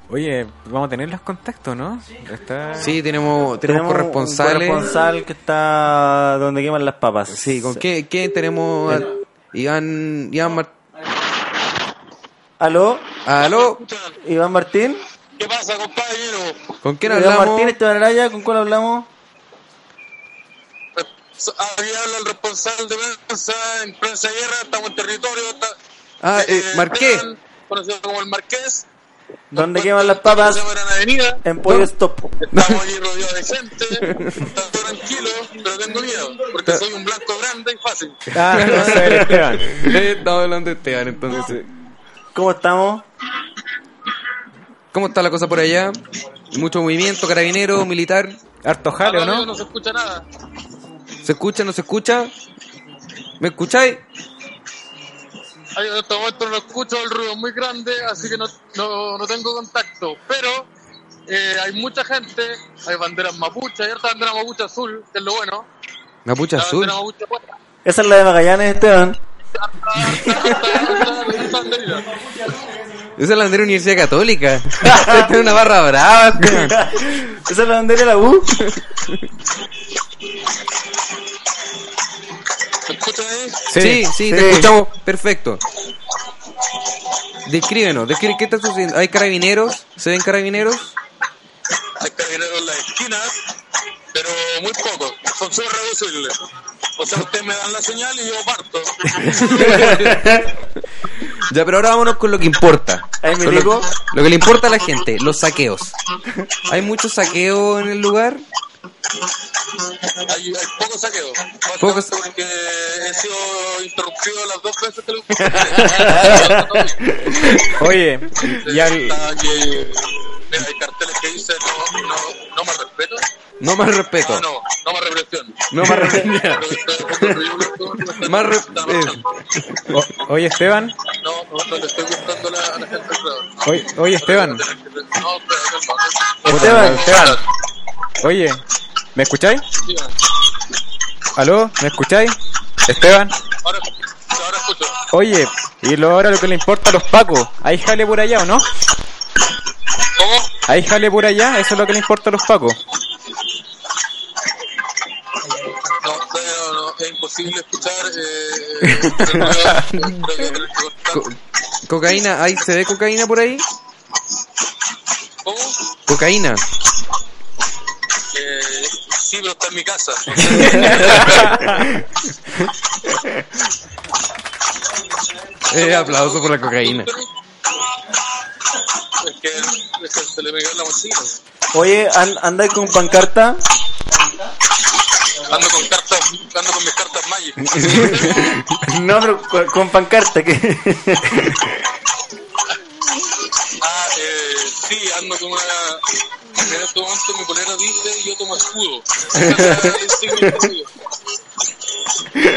Oye, vamos a tener los contactos, ¿no? Está... Sí, tenemos, tenemos corresponsales. Un corresponsal que está donde queman las papas. Sí, ¿con qué, qué tenemos? a- Iván, Iván Mar- ¿Aló? ¿Aló? ¿Iván Martín? ¿Qué pasa, compañero? ¿Con quién Iván hablamos? Martín, Esteban Araya, ¿con cuál hablamos? Aquí habla el responsable de prensa en Prensa de Guerra, estamos en territorio. Está, Ah, eh, Marqués. Esteban, Conocido como el Marqués. ¿Dónde queman las papas? Estamos en Gran Avenida. En Pollo Stop. Estamos allí rodeados de gente. Está todo tranquilo, pero tengo miedo. Porque soy un blanco grande y fácil. Ah, Esteban, Esteban. Eh, Estaba hablando de Esteban, entonces. eh. ¿Cómo estamos? ¿Cómo está la cosa por allá? Mucho movimiento, carabinero, militar. Harto jale, ¿o La radio ¿no? No se escucha nada. ¿Se escucha, no se escucha? ¿Me escucháis? Ay, En este momento no escucho, el ruido es muy grande, así que no, no, no tengo contacto. Pero eh, hay mucha gente, hay banderas mapuche, hay harta bandera mapuche azul, que es lo bueno. Mapuche La azul. bandera mapuche puesta. Esa es la de Magallanes, Esteban. Esa es la bandera de la Universidad Católica. Tiene una barra brava, Esteban. Esa es la bandera de la U. ¿Me escuchan ahí? Sí, sí, te escuchamos. Perfecto. Descríbenos, descri- ¿qué está sucediendo? ¿Hay carabineros? ¿Se ven carabineros? Hay carabineros en las esquinas, pero muy pocos. Son súper reducibles. O sea, ustedes me dan la señal y yo parto. Ya, pero ahora vámonos con lo que importa. Ahí me Con lo, digo. lo que le importa a la gente, los saqueos. ¿Hay mucho saqueo en el lugar? Hay, hay pocos saqueos. Bastante Pocos. Porque he sido interrumpido las dos veces que lo hice. Oye, y al... Está que- mira, Hay carteles que dicen no, no, no más respeto. No más respeto. No, no, no más represión. No más respeto. Creo que está un poco ridículo. Más re- eh. Está marchando. o- oye, Esteban. No, no, no le estoy gustando la, a la gente alrededor. Oye, oye, Esteban. No, pero calma. Esteban. Esteban. Oye, ¿me escucháis? ¿Aló? ¿Me escucháis? Esteban. Ahora, ahora escucho. Oye, y lo, ahora lo que le importa a los pacos. ¿Hay jale por allá o no? ¿Cómo? ¿Hay jale por allá? Eso es lo que le importa a los pacos. No, no, no, es imposible escuchar. Eh, creo que tenés que cortar. Co- cocaína, ¿hay, ¿se ve cocaína por ahí? ¿Cómo? Cocaína. Eh, sí, pero está en mi casa. Eh, aplauso por la cocaína. Es que, es que se le pegó en la mochila. Oye, an- andáis con pancarta. Ando con cartas, ando con mis cartas Magic. No, pero con, con pancarta. Que... Ah, eh, sí, ando con una. En este momento mi polera dice yo tomo escudo. Sí, sí, sí.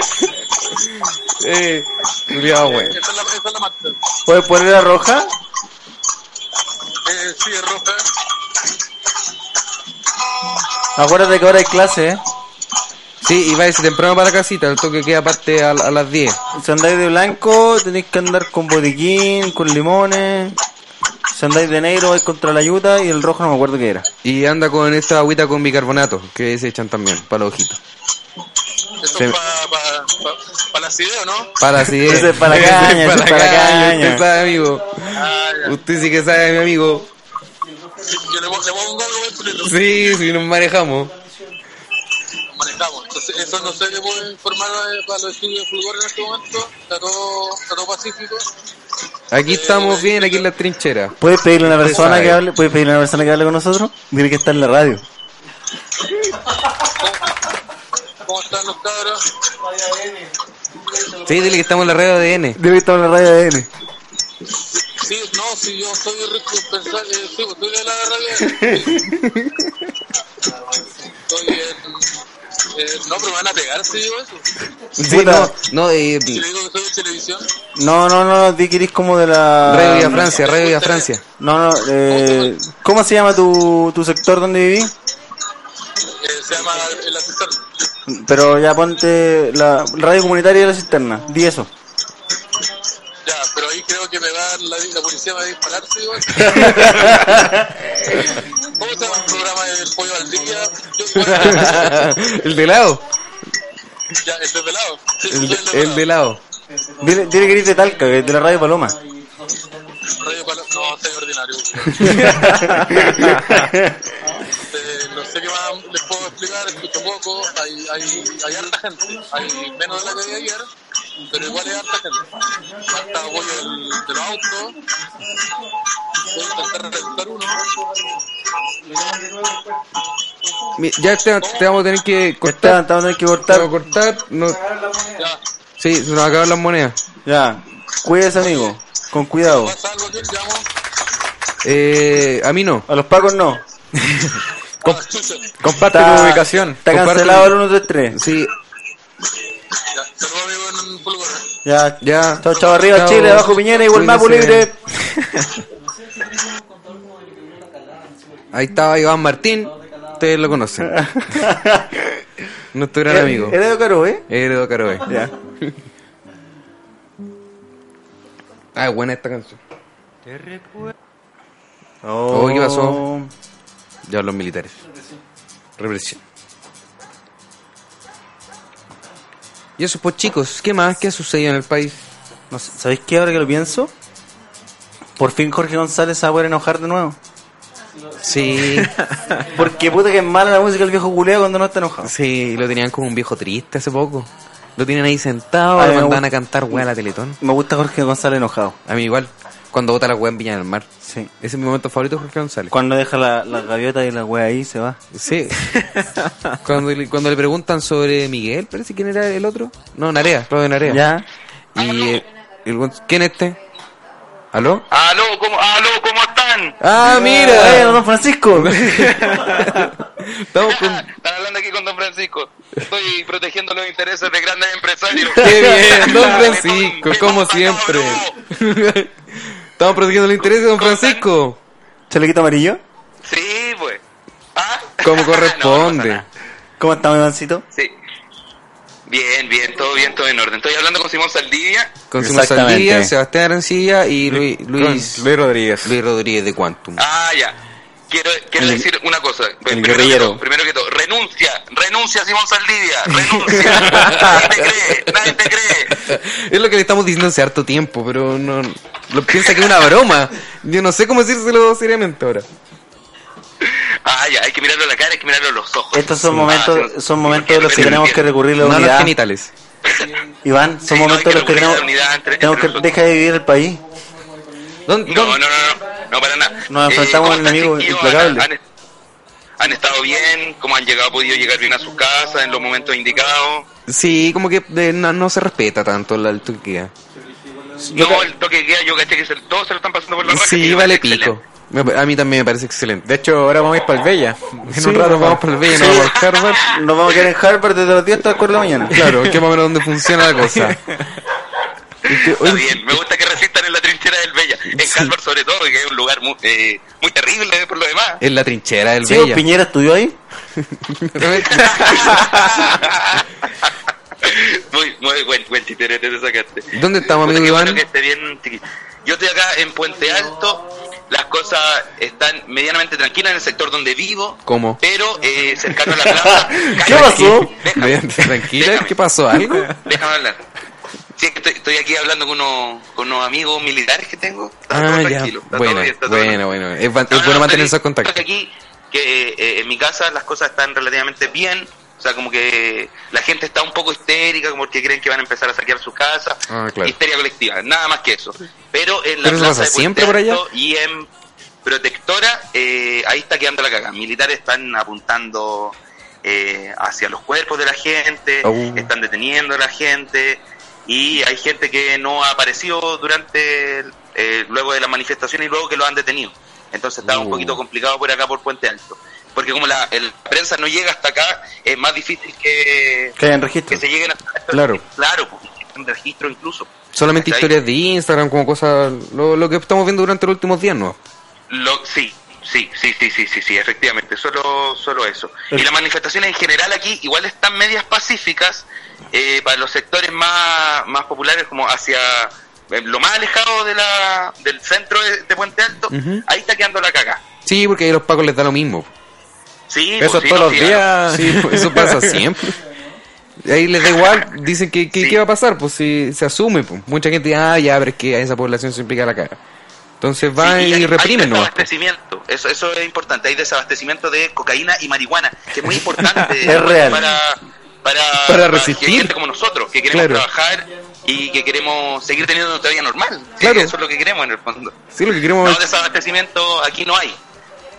Eh, culiao, güey. Esa es la, esa es la marca. ¿Puedes poner la roja? Eh, sí, es roja. Acuérdate que ahora hay clase, ¿eh? Sí, y váyase temprano para la casita, el toque queda aparte a, a las 10. Si andáis de blanco, tenéis que andar con botiquín, con limones. Si andáis de negro, vais contra la ayuda y el rojo no me acuerdo qué era. Y anda con esta agüita con bicarbonato, que se echan también, para los ojitos. Eso Sí. es para pa, pa- pa las ideas, ¿no? Para si Ese es para Ese es caña, ese es para caña. Usted sabe, amigo. Ah, ya. Usted sí que sabe, mi amigo. Sí, Yo le, pon- le pongo algo más chulito. Sí, sí, nos manejamos. manejamos. Entonces, eso no sé qué puedo informar eh, para los estudios de fulgor en este momento. Está todo, está todo pacífico. Aquí estamos bien, aquí en la trinchera. ¿Puedes pedirle a una persona sabe. que hable, puedes pedirle a una persona que hable con nosotros? Tiene que estar en la radio. ¿Cómo están los cabros? Sí, dile que estamos en la red ADN. Tiene que estar en la radio ADN. Sí, no, si yo soy rico, pensar, eh, sí, pues tú de la radio. Sí. Estoy en- eh, no, pero me van a pegar si digo eso. Sí, Puta. no, no, eh, Si le digo que soy de televisión, No, no, no, di que eres como de la... Radio Villa Francia, Radio Villa Francia. No, no, eh, ¿cómo se llama tu, tu sector donde vivís? eh, se llama el asesor. Pero ya ponte la radio comunitaria de la cisterna, di eso. Ya, pero ahí creo que me va a dar la, la policía me va a disparar, sí, güey. ¿Cómo se llama el programa del pollo al día? Yo, bueno, el de lado, ya, el desvelado. Sí, el, soy de- el de lado. Dile, dile que eres de Talca, que es de la radio Paloma. Radio Palo- No, soy ordinario. Eh, no sé qué más les puedo explicar, escucho poco, hay, hay, hay harta gente, hay menos de la que había ayer, pero igual hay harta gente. Falta apoyo del, de los autos, voy a intentar reventar uno. Mi- Ya Esteban, te vamos a tener que Esteban, cortar. te vamos a tener que Te vamos a cortar. cortar. No, Ya, sí, se nos acaban las monedas. Ya, cuídese amigo, con cuidado. pasa algo aquí, llamo Eh, a mí no. A los pacos no. a las chuchas. Comparte Está- tu ubicación. Está comparte- cancelado el 133. Sí, Ya, saludos amigos en ¿eh? Fulgor. Ya, ya. Chao, chao, arriba Chao. Chile, abajo Piñera, igual más Cuídense. libre. Ahí estaba Iván Martín. Ustedes lo conocen. Nuestro gran amigo. Era de Caro, ¿eh? Eredo Caroe. Ya. Ah, buena esta canción. Oh, ¿qué pasó? Ya los militares. Represión. Y eso pues chicos, ¿qué más? ¿Qué ha sucedido en el país? No sé, ¿Sabéis qué ahora que lo pienso? Por fin Jorge González se va a poder enojar de nuevo. Sí, Porque puta que es mala la música del viejo culeo cuando no está enojado. sí, lo tenían como un viejo triste hace poco. Lo tienen ahí sentado, Ay, lo me mandaban gusta. a cantar weá a la Teletón. Me gusta Jorge González enojado. A mí igual, cuando vota la weá en Viña del Mar. Sí. Ese es mi momento favorito de Jorge González. Cuando deja la, la gaviota y la wea ahí se va. Sí. cuando, le, cuando le preguntan sobre Miguel, parece quién era el otro. No, Narea, Claudio Narea. Ya. Y eh, el buen- ¿Quién este? ¿Aló? Aló, ¿cómo, aló, ¿cómo están? ¡Ah, Eh, mira! don Francisco. Estamos con... Están hablando aquí con Don Francisco. Estoy protegiendo los intereses de grandes empresarios. ¡Qué bien! Don Dale, Francisco, Don, como ¿qué pasa, siempre. cabrón? Estamos protegiendo el interés de Don Francisco. Chalequito amarillo. Sí, pues. ¿Ah? Como No, no corresponde. pasa nada. ¿Cómo está, mi mancito? sí. Bien, bien, todo bien, todo en orden. Estoy hablando con Simón Saldivia. Con Simón Exactamente. Saldivia, Sebastián Arancilla y Luis, Luis, Luis Rodríguez. Luis Rodríguez de Quantum. Ah, ya. Quiero, quiero El- decir una cosa. Primero guerrillero. que todo, primero que todo, renuncia, renuncia Simón Saldivia, renuncia. nadie te cree, nadie te cree. Es lo que le estamos diciendo hace harto tiempo, pero no lo piensa que es una broma. Yo no sé cómo decírselo seriamente ahora. Ah, ya, hay que mirarlo a la cara, hay que mirarlo a los ojos. Estos son Ah, momentos, Simón- son Simón momentos de los que Saldivia. tenemos que recurrir la No a los unidad. genitales. Iván, son Sí, no, hay momentos que de los que recurrir a la tenemos, unidad entre- entre tenemos que nosotros. dejar de vivir el país. Don- don- No, no, no, no, no, para nada. Eh, Nos enfrentamos ¿cómo a un están, enemigo chiquillos? implacable. ¿Han, han- han estado bien? ¿Cómo han llegado, podido llegar bien a sus casas en los momentos indicados? Sí, como que eh, no, no se respeta tanto la el toque que queda. no, el toque que queda, yo caché que se- todos se lo están pasando por la raja. Sí, que vale es excelente. pico. Me- A mí también me parece excelente. De hecho, ahora vamos a ir para el Bella. En Sí, un rato nos vamos vamos para para el Bella, nos vamos a Harvard. Nos vamos a quedar en Harvard desde las 10 hasta las 4 de la mañana. Claro, que es más o menos donde funciona la cosa. Este, Está oye, bien, me gusta que resistan en la trinchera del Bella. En Sí. Calvar sobre todo, que es un lugar muy, eh, muy terrible por lo demás. en la trinchera del Sí, Bella. pues, Piñera estudió ahí. muy, muy buen, buen titerete te sacaste. ¿Dónde estamos, Puta, amigo qué Iván? bueno que esté bien, chiqui- Yo estoy acá en Puente Alto. Las cosas están medianamente tranquilas en el sector donde vivo. ¿Cómo? Pero eh, cercano a la plaza. ¿Qué pasó? Déjame, Tranquila, déjame. ¿qué pasó? ¿Algo? Déjame hablar. Sí, es que estoy, estoy aquí hablando con unos, con unos amigos militares que tengo. Está Ah, todo ya. tranquilo, está todo Bueno, bien, está todo bien. bueno, bueno. Es, va- es No, Ah, no, bueno no, mantener estoy- esos contactos. estoy aquí, que eh, en mi casa las cosas están relativamente bien. O sea, como que la gente está un poco histérica, como que creen que van a empezar a saquear sus casas. Ah, claro. Histeria colectiva, nada más que eso. Pero en la Pero eso plaza pasa de Puente siempre por allá. Alto y en Protectora, eh, ahí está quedando la caga. Militares están apuntando eh, hacia los cuerpos de la gente, Oh. están deteniendo a la gente y hay gente que no ha aparecido durante el- eh, luego de la manifestación y luego que lo han detenido. Entonces está un Uh. poquito complicado por acá por Puente Alto. Porque como la el prensa no llega hasta acá, es más difícil que, Que hayan que registro. se lleguen hasta Claro. Claro, pues, en registro incluso. Solamente ¿Cachai? historias de Instagram, como cosas. Lo, lo que estamos viendo durante los últimos días, ¿no? Lo, sí, sí, sí, sí, sí, sí, sí, efectivamente, solo, solo eso. Y las manifestaciones en general aquí igual están medias pacíficas eh, para los sectores más, más populares, como hacia eh, lo más alejado de la, del centro de, de Puente Alto, Ujú. ahí está quedando la caca. Sí, porque ahí a los pacos les da lo mismo. Sí, Eso pues, sí, todos no, los sí, días. Sí, pues, eso pasa siempre. Ahí les da igual, dicen que, que Sí. ¿qué va a pasar? Pues si se asume, pues. mucha gente, ah, ya, pero es que a esa población se implica la cara. Entonces Sí, va y y, hay- hay reprimen, ¿no? desabastecimiento, eso, eso es importante. Hay desabastecimiento de cocaína y marihuana, que es muy importante Es real. para, para, resistir. gente como nosotros, que queremos Claro. trabajar y que queremos seguir teniendo nuestra vida normal. Sí, Claro. Eso es lo que queremos en el fondo. pues. Sí, lo que queremos No, es- desabastecimiento aquí no hay.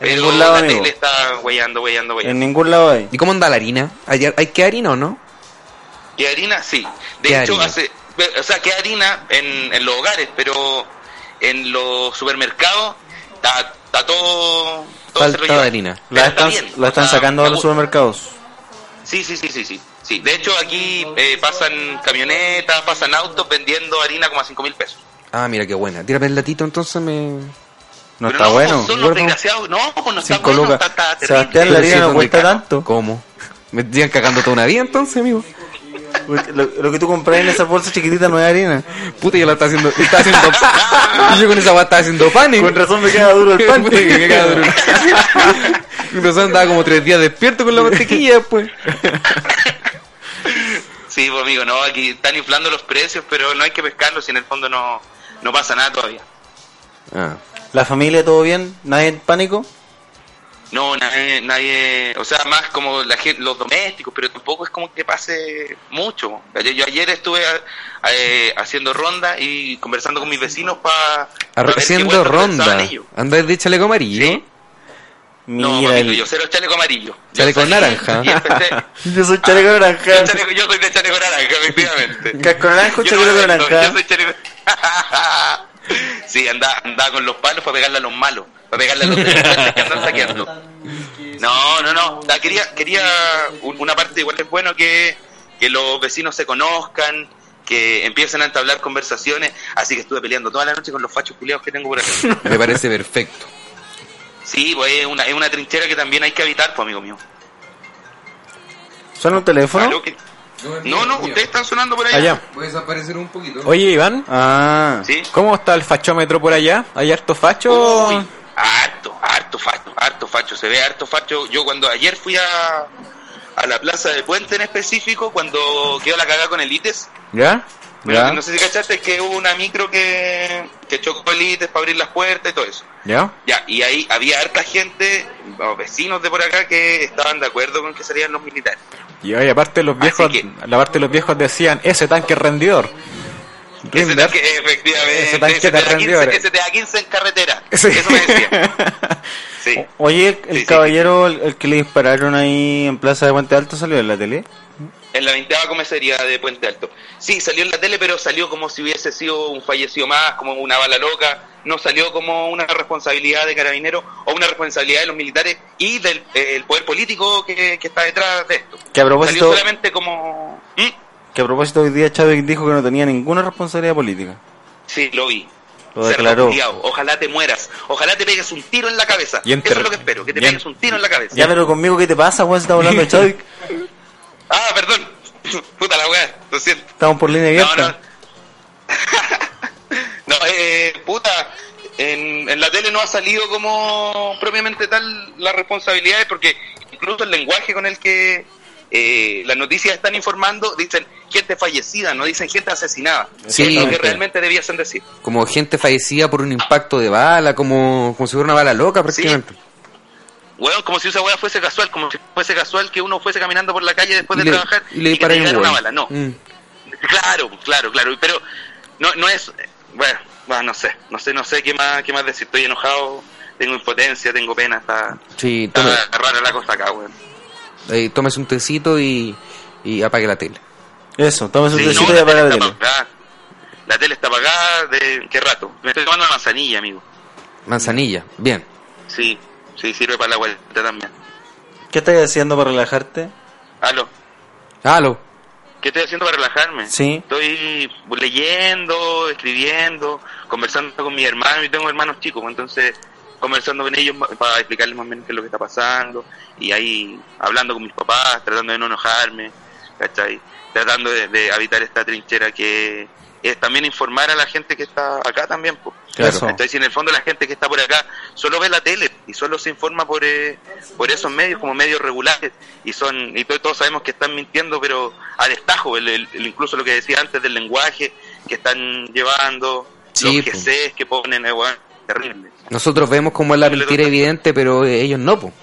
Pero ningún lado, la amigo. tele está huellando, huellando, huellando. En ningún lado hay. ¿Y cómo anda la harina? ¿Hay, hay que harina o no? ¿Qué harina? Sí. De ¿Qué hecho, harina? hace. O sea, queda harina en, en los hogares, pero en los supermercados está, está todo. todo Falta se rellena. de harina. Pero La está están, bien, Ah, la están o sea, sacando me a los gusta. supermercados. Sí, sí, sí, sí, sí. sí. De hecho, aquí eh, pasan camionetas, pasan autos vendiendo harina como a 5 mil pesos. Ah, mira qué buena. Tírame el latito, entonces me. No Pero está bueno. Son los gordo. desgraciados. No, no está Cinco bueno, lucas. está, está terrible. Sebastián, la Pero harina si es no donde cuesta ca- tanto. ¿Cómo? ¿Me estarían cagando toda una vida entonces, amigo? Lo, lo que tú compras en esa bolsa chiquitita no es harina. Puta, yo la estaba haciendo. Estaba haciendo y yo con esa guata estaba haciendo panes. Con razón me queda duro el pan. Puta, que me caga duro. Con razón andaba como tres días despierto con la mantequilla, pues. Sí, pues amigo, no, aquí están inflando los precios, pero no hay que pescarlos y en el fondo no, no pasa nada todavía. Ah. La familia, todo bien, nadie en pánico. No, nadie, nadie, o sea, más como la gente, los domésticos, pero tampoco es como que pase mucho. Yo, yo ayer estuve a- eh, haciendo ronda y conversando con mis vecinos para... Haciendo ronda. Andáis de chaleco amarillo. Sí. No, Mira, papito, el- yo cero chaleco amarillo. Yo Chaleco salí naranja. y empecé- yo soy chaleco Ah, Yo, naranja. chaleco- yo soy de chaleco naranja, efectivamente. Casco naranjo, Yo no chaleco me vendo, naranja. Yo soy chaleco... sí, andaba andaba con los palos para pegarle a los malos. Para pegarle a los delincuentes que andan saqueando. No, no, no. Ah, Quería, quería un- una parte igual es bueno que, que los vecinos se conozcan, que empiecen a entablar conversaciones. Así que estuve peleando toda la noche con los fachos culiados que tengo por acá. Me parece perfecto. Sí, pues es una, es una trinchera que también hay que habitar, pues amigo mío. ¿Suena un teléfono? Aló, que- No, no, ustedes están sonando por allá. Allá. Voy a desaparecer un poquito. Oye, Iván, Ah, Sí. ¿cómo está el fachómetro por allá? ¿Hay harto facho? Uy, harto, harto facho, harto facho, se ve harto facho. Yo cuando ayer fui a, a la plaza de Puente en específico, cuando quedó la cagada con el ITES, ¿Ya? bueno, Ya. no sé si cachaste que hubo una micro que, que chocó el ITES para abrir las puertas y todo eso. ¿Ya? Ya, y ahí había harta gente, o vecinos de por acá, que estaban de acuerdo con que salieran los militares. Y oye, aparte los viejos, que- la parte de los viejos decían, ese tanque es rendidor. Ese Rinder. tanque, efectivamente, Ese ese tanque te te da rendió ahora. 15, ese te da 15 en carretera. Sí. Eso me decía. Sí. Oye, el, el Sí, sí. caballero, el, el que le dispararon ahí en Plaza de Puente Alto, salió en la tele. En la 20 comisaría de Puente Alto. Sí, salió en la tele, pero salió como si hubiese sido un fallecido más, como una bala loca. No salió como una responsabilidad de carabineros o una responsabilidad de los militares y del eh, el poder político que, que está detrás de esto. Que a propósito- Salió solamente como. ¿Mm? Que a propósito, hoy día Chávez dijo que no tenía ninguna responsabilidad política. Sí, lo vi. Lo cerdo declaró. culiao, Ojalá te mueras. Ojalá te pegues un tiro en la cabeza. Y enter- Eso es lo que espero, que te y en- pegues un tiro en la cabeza. Ya, pero conmigo, ¿qué te pasa, weón? Si Estamos hablando de Chadwick. Ah, perdón. Puta la weá, lo siento. Estamos por línea No, abierta. no. no, eh, puta. En, en la tele no ha salido como propiamente tal las responsabilidades, porque incluso el lenguaje con el que eh, las noticias están informando dicen gente fallecida, no dicen gente asesinada. Sí. que es lo que realmente debiesen decir. Como gente fallecida por un impacto de bala, como, como si fuera una bala loca prácticamente. Weón, como si esa weá fuese casual, como si fuese casual que uno fuese caminando por la calle después de Y le- trabajar y le que te disparan llegara un una huevo. bala. No, Mm. Claro, claro, claro, pero no, no es, bueno, bueno, no sé, no sé, no sé qué más, qué más decir, estoy enojado, tengo impotencia, tengo pena, está, Sí, está tome, rara la cosa acá, weón. eh, tómese un tecito y, y apague la tele. Eso, tomes un Sí, tecito no, y la apaga tele la está tele. apagada, la tele está apagada de qué rato, me estoy tomando una manzanilla, amigo, Manzanilla, Mm. bien. sí, sí, sirve para la vuelta también. ¿Qué estás haciendo para relajarte? Aló, Halo. ¿qué estoy haciendo para relajarme? Sí. Estoy leyendo, escribiendo, conversando con mis hermanos. Yo tengo hermanos chicos, entonces conversando con ellos ma- para explicarles más o menos qué es lo que está pasando. Y ahí hablando con mis papás, tratando de no enojarme, ¿cachai? Tratando de, de habitar esta trinchera que es también informar a la gente que está acá también. po. Claro. Entonces, si en el fondo la gente que está por acá solo ve la tele y solo se informa por, eh, por esos medios como medios regulares y son y to- todos sabemos que están mintiendo, pero a destajo, el- el- el- incluso lo que decía antes del lenguaje que están llevando, Sí, los po. GCs que ponen, eh, weón, terrible. Nosotros vemos como es la mentira evidente, pero eh, ellos no, po.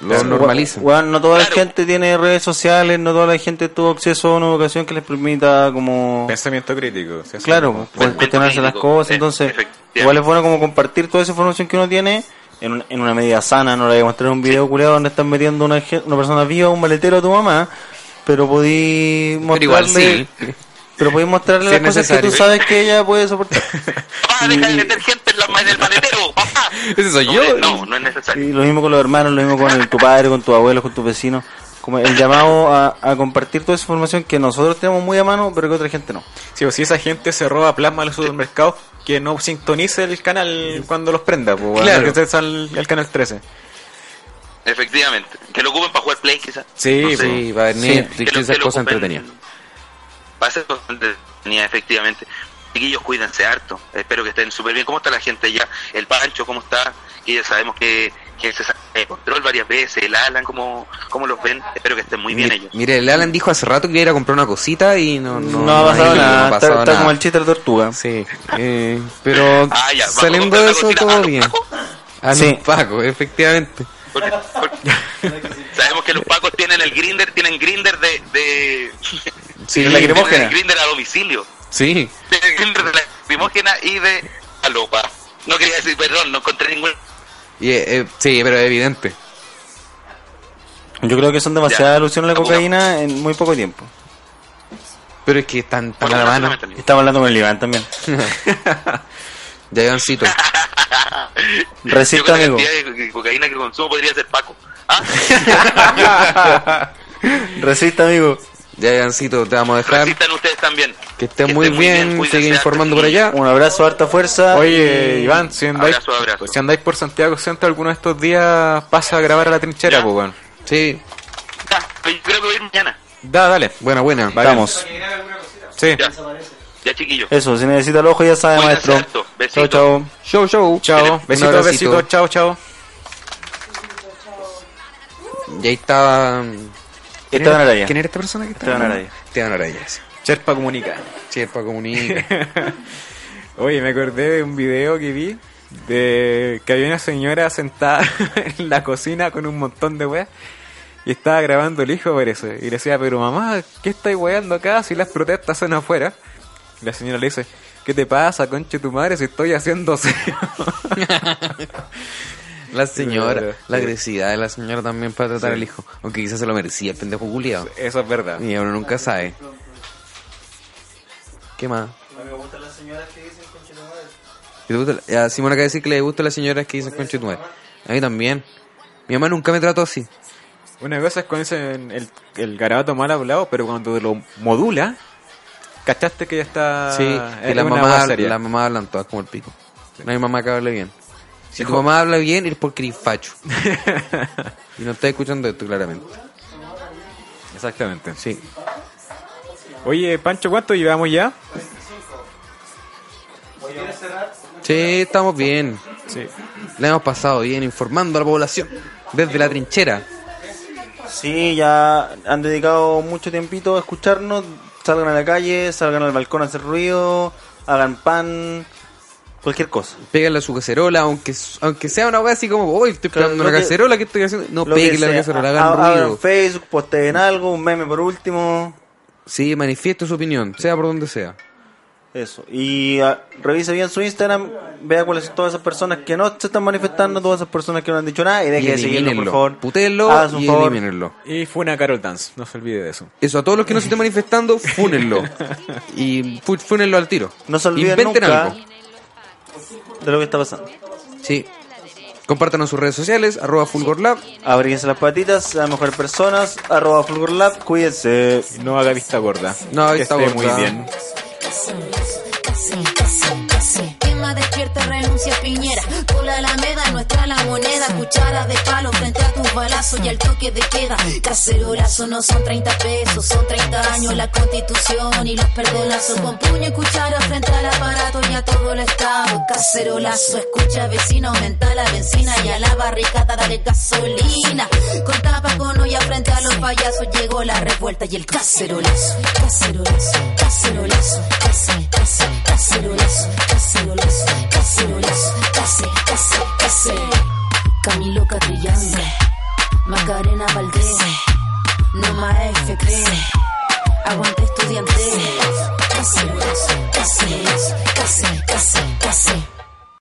Lo normalizan. Weón, no toda Claro. la gente tiene redes sociales, no toda la gente tuvo acceso a una vocación que les permita como... Pensamiento crítico. sí, así Claro, como- pues Pensamiento cuestionarse las crítico, cosas, eh, entonces efectivamente. igual es bueno como compartir toda esa información que uno tiene en, un- en una medida sana, no le voy a mostrar un video culiado donde están metiendo una, gen- una persona viva, un maletero a tu mamá, pero podí mostrarle, Pero igual sí. pero podí mostrarle Sí, las es cosas que tú necesario. sabes que ella puede soportar. Papá, deja de meter gente en, la, ma- en el maletero, papá. Ese soy no, yo. eh, No, no es necesario. Y lo mismo con los hermanos, lo mismo con el- tu padre, con tus abuelos, con tus vecinos. Como el llamado a, a compartir toda esa información que nosotros tenemos muy a mano, pero que otra gente no. Sí, o si esa gente se roba plasma en los supermercados, que no sintonice el canal cuando los prenda, pues, Claro. que estés al, al canal 13. Efectivamente. Que lo ocupen para jugar play, quizás. Sí, No sé. Sí, va a haber Sí. Netflix, que lo- esas que lo cosas ocupen. entretenidas. Va a ser cosa entretenida, efectivamente. Chiquillos, cuídense harto. Espero que estén súper bien. ¿Cómo está la gente ya? El Pancho, ¿cómo está? Que ya sabemos que, que se sale de control varias veces. El Alan, ¿cómo, ¿cómo los ven? Espero que estén muy bien Mi- ellos. Mire, el Alan dijo hace rato que iba a ir a comprar una cosita y no, no, No, ha pasado ido, no ha nada, está, pasado está nada. como el chiste de la tortuga. Sí, eh, pero Ah, ya, vamos a saliendo comprar de la eso cocina. todo Ah, ¿los bien. Pacos? A los Sí. Pacos, efectivamente. Porque- porque- sabemos que los Pacos tienen el grinder, tienen grinder de... de Sí, la tienen lacrimógena. el grinder a domicilio. Sí, Tienen el grinder de la lacrimógena y de alopa. No quería decir, perdón, no encontré ningún... y, eh, eh, sí, pero es evidente. Yo creo que son demasiadas Ya. alusiones a la Apuramos. cocaína en muy poco tiempo. Pero es que están tan a la Bueno, mano. solamente- Estamos hablando con el Iván también. Ya, Ivancito. Yo Resista, creo que amigo. La cantidad de cocaína que consumo podría ser Paco. Ah, Resista, amigo. Ya, Ivancito, te vamos a dejar. resistan ustedes también. Que estés muy bien, cuídense sigue harto, informando por chiquillos. allá. Un abrazo, harta fuerza. Oye, Iván, si andáis, Ah, Abrazo, abrazo. si andáis por Santiago Centro alguno de estos días, pasa a grabar a la trinchera, Ya. pues, weón. Sí, Ya, Yo creo que voy a ir mañana. Da, dale. buena, buena. Vamos. Sí. Ya, ya chiquillos. Eso, si necesita el ojo ya sabe, Cuídense maestro. harto. Chao, Besitos. chao. Show, show. Chao. Besitos, besitos. Chao, chao. Y ahí estaba. mm, Esteban era- Araya. ¿Quién era esta persona que estaba? Esteban Araya. Esteban Araya, sí. Cherpa comunica. Chepa comunica. Oye, me acordé de un video que vi de que había una señora sentada en la cocina con un montón de weas y estaba grabando el hijo, parece. Y le decía, pero mamá, ¿qué estáis weando acá si las protestas son afuera? Y la señora le dice, ¿qué te pasa, conche tu madre, si estoy haciendo aseo?" La señora, Sí. la agresividad de la señora también para tratar al hijo. Aunque quizás se lo merecía el pendejo culiado. Eso es verdad. Y uno nunca sabe. ¿Qué más? ¿Y te gusta la- A Simona acaba de decir que le gusta a las señoras que dicen conchetumare. A mí también. Mi mamá nunca me trató así. Una cosa es cuando dicen el, el garabato mal hablado, pero cuando lo modula, ¿cachaste que ya está... sí, Ah, es y la una mamá, wea seria? la mamá hablan todas como el pico. No hay mamá que hable bien. Si tu mamá habla bien, es porque eres facho. y no está escuchando esto claramente. Exactamente. Sí. Oye, Pancho, ¿cuánto llevamos ya? Sí, estamos bien. Sí. La hemos pasado bien informando a la población. Desde la trinchera. Sí, ya han dedicado mucho tiempito a escucharnos. Salgan a la calle, salgan al balcón a hacer ruido, hagan pan, cualquier cosa. Pégale a su cacerola, aunque, aunque sea una wea así como, uy, estoy Claro, pegando lo una que- cacerola, ¿qué estoy haciendo? No, Lo que pégale a la sea. Ah, cacerola, A- hagan abran ruido. Facebook, posteen algo, un meme por último. Sí, manifieste su opinión, sea por donde sea. Eso. Y ah, revise bien su Instagram, vea cuáles son todas esas personas que no se están manifestando, todas esas personas que no han dicho nada y deje Y de seguirlo, por elimínenlo. favor. Putéenlo Hagas un y favor. elimínenlo. Y fue una Carol Dance, no se olvide de eso. Eso, a todos los que no se estén manifestando, fúnenlo. Y fu- fúnenlo al tiro. No se olviden Inventen nunca. algo. De lo que está pasando. Sí. Compártanos en sus redes sociales, arroba fulgorlab. Abríguense las patitas, sean mejores personas, arroba Fulgor Lab, cuídense. Y no haga vista gorda. No haga Que vista esté gorda. muy bien. Casi, casi, casi. Quema, despierta, renuncia, piñera. Por la alameda, nuestra la moneda. Cuchara de palo frente a tus balazos y al toque de queda. Cacerolazo no son 30 pesos, son 30 años la constitución y los perdonazos. Con puño y cuchara frente al aparato y a todo el Estado. Cacerolazo, escucha vecino, aumenta la benzina y a la barricada dale gasolina. Con tapa con olla frente a los payasos llegó la revuelta y el cacerolazo. Cacerolazo, cacerolazo, case, case, cacerolazo, cacerolazo, cacerolazo, case, case, case. Camilo Catrillanza, Macarena Valdés, no más FP. Aguante estudiante. Cacerolazo, cacerolazo, case, case, case.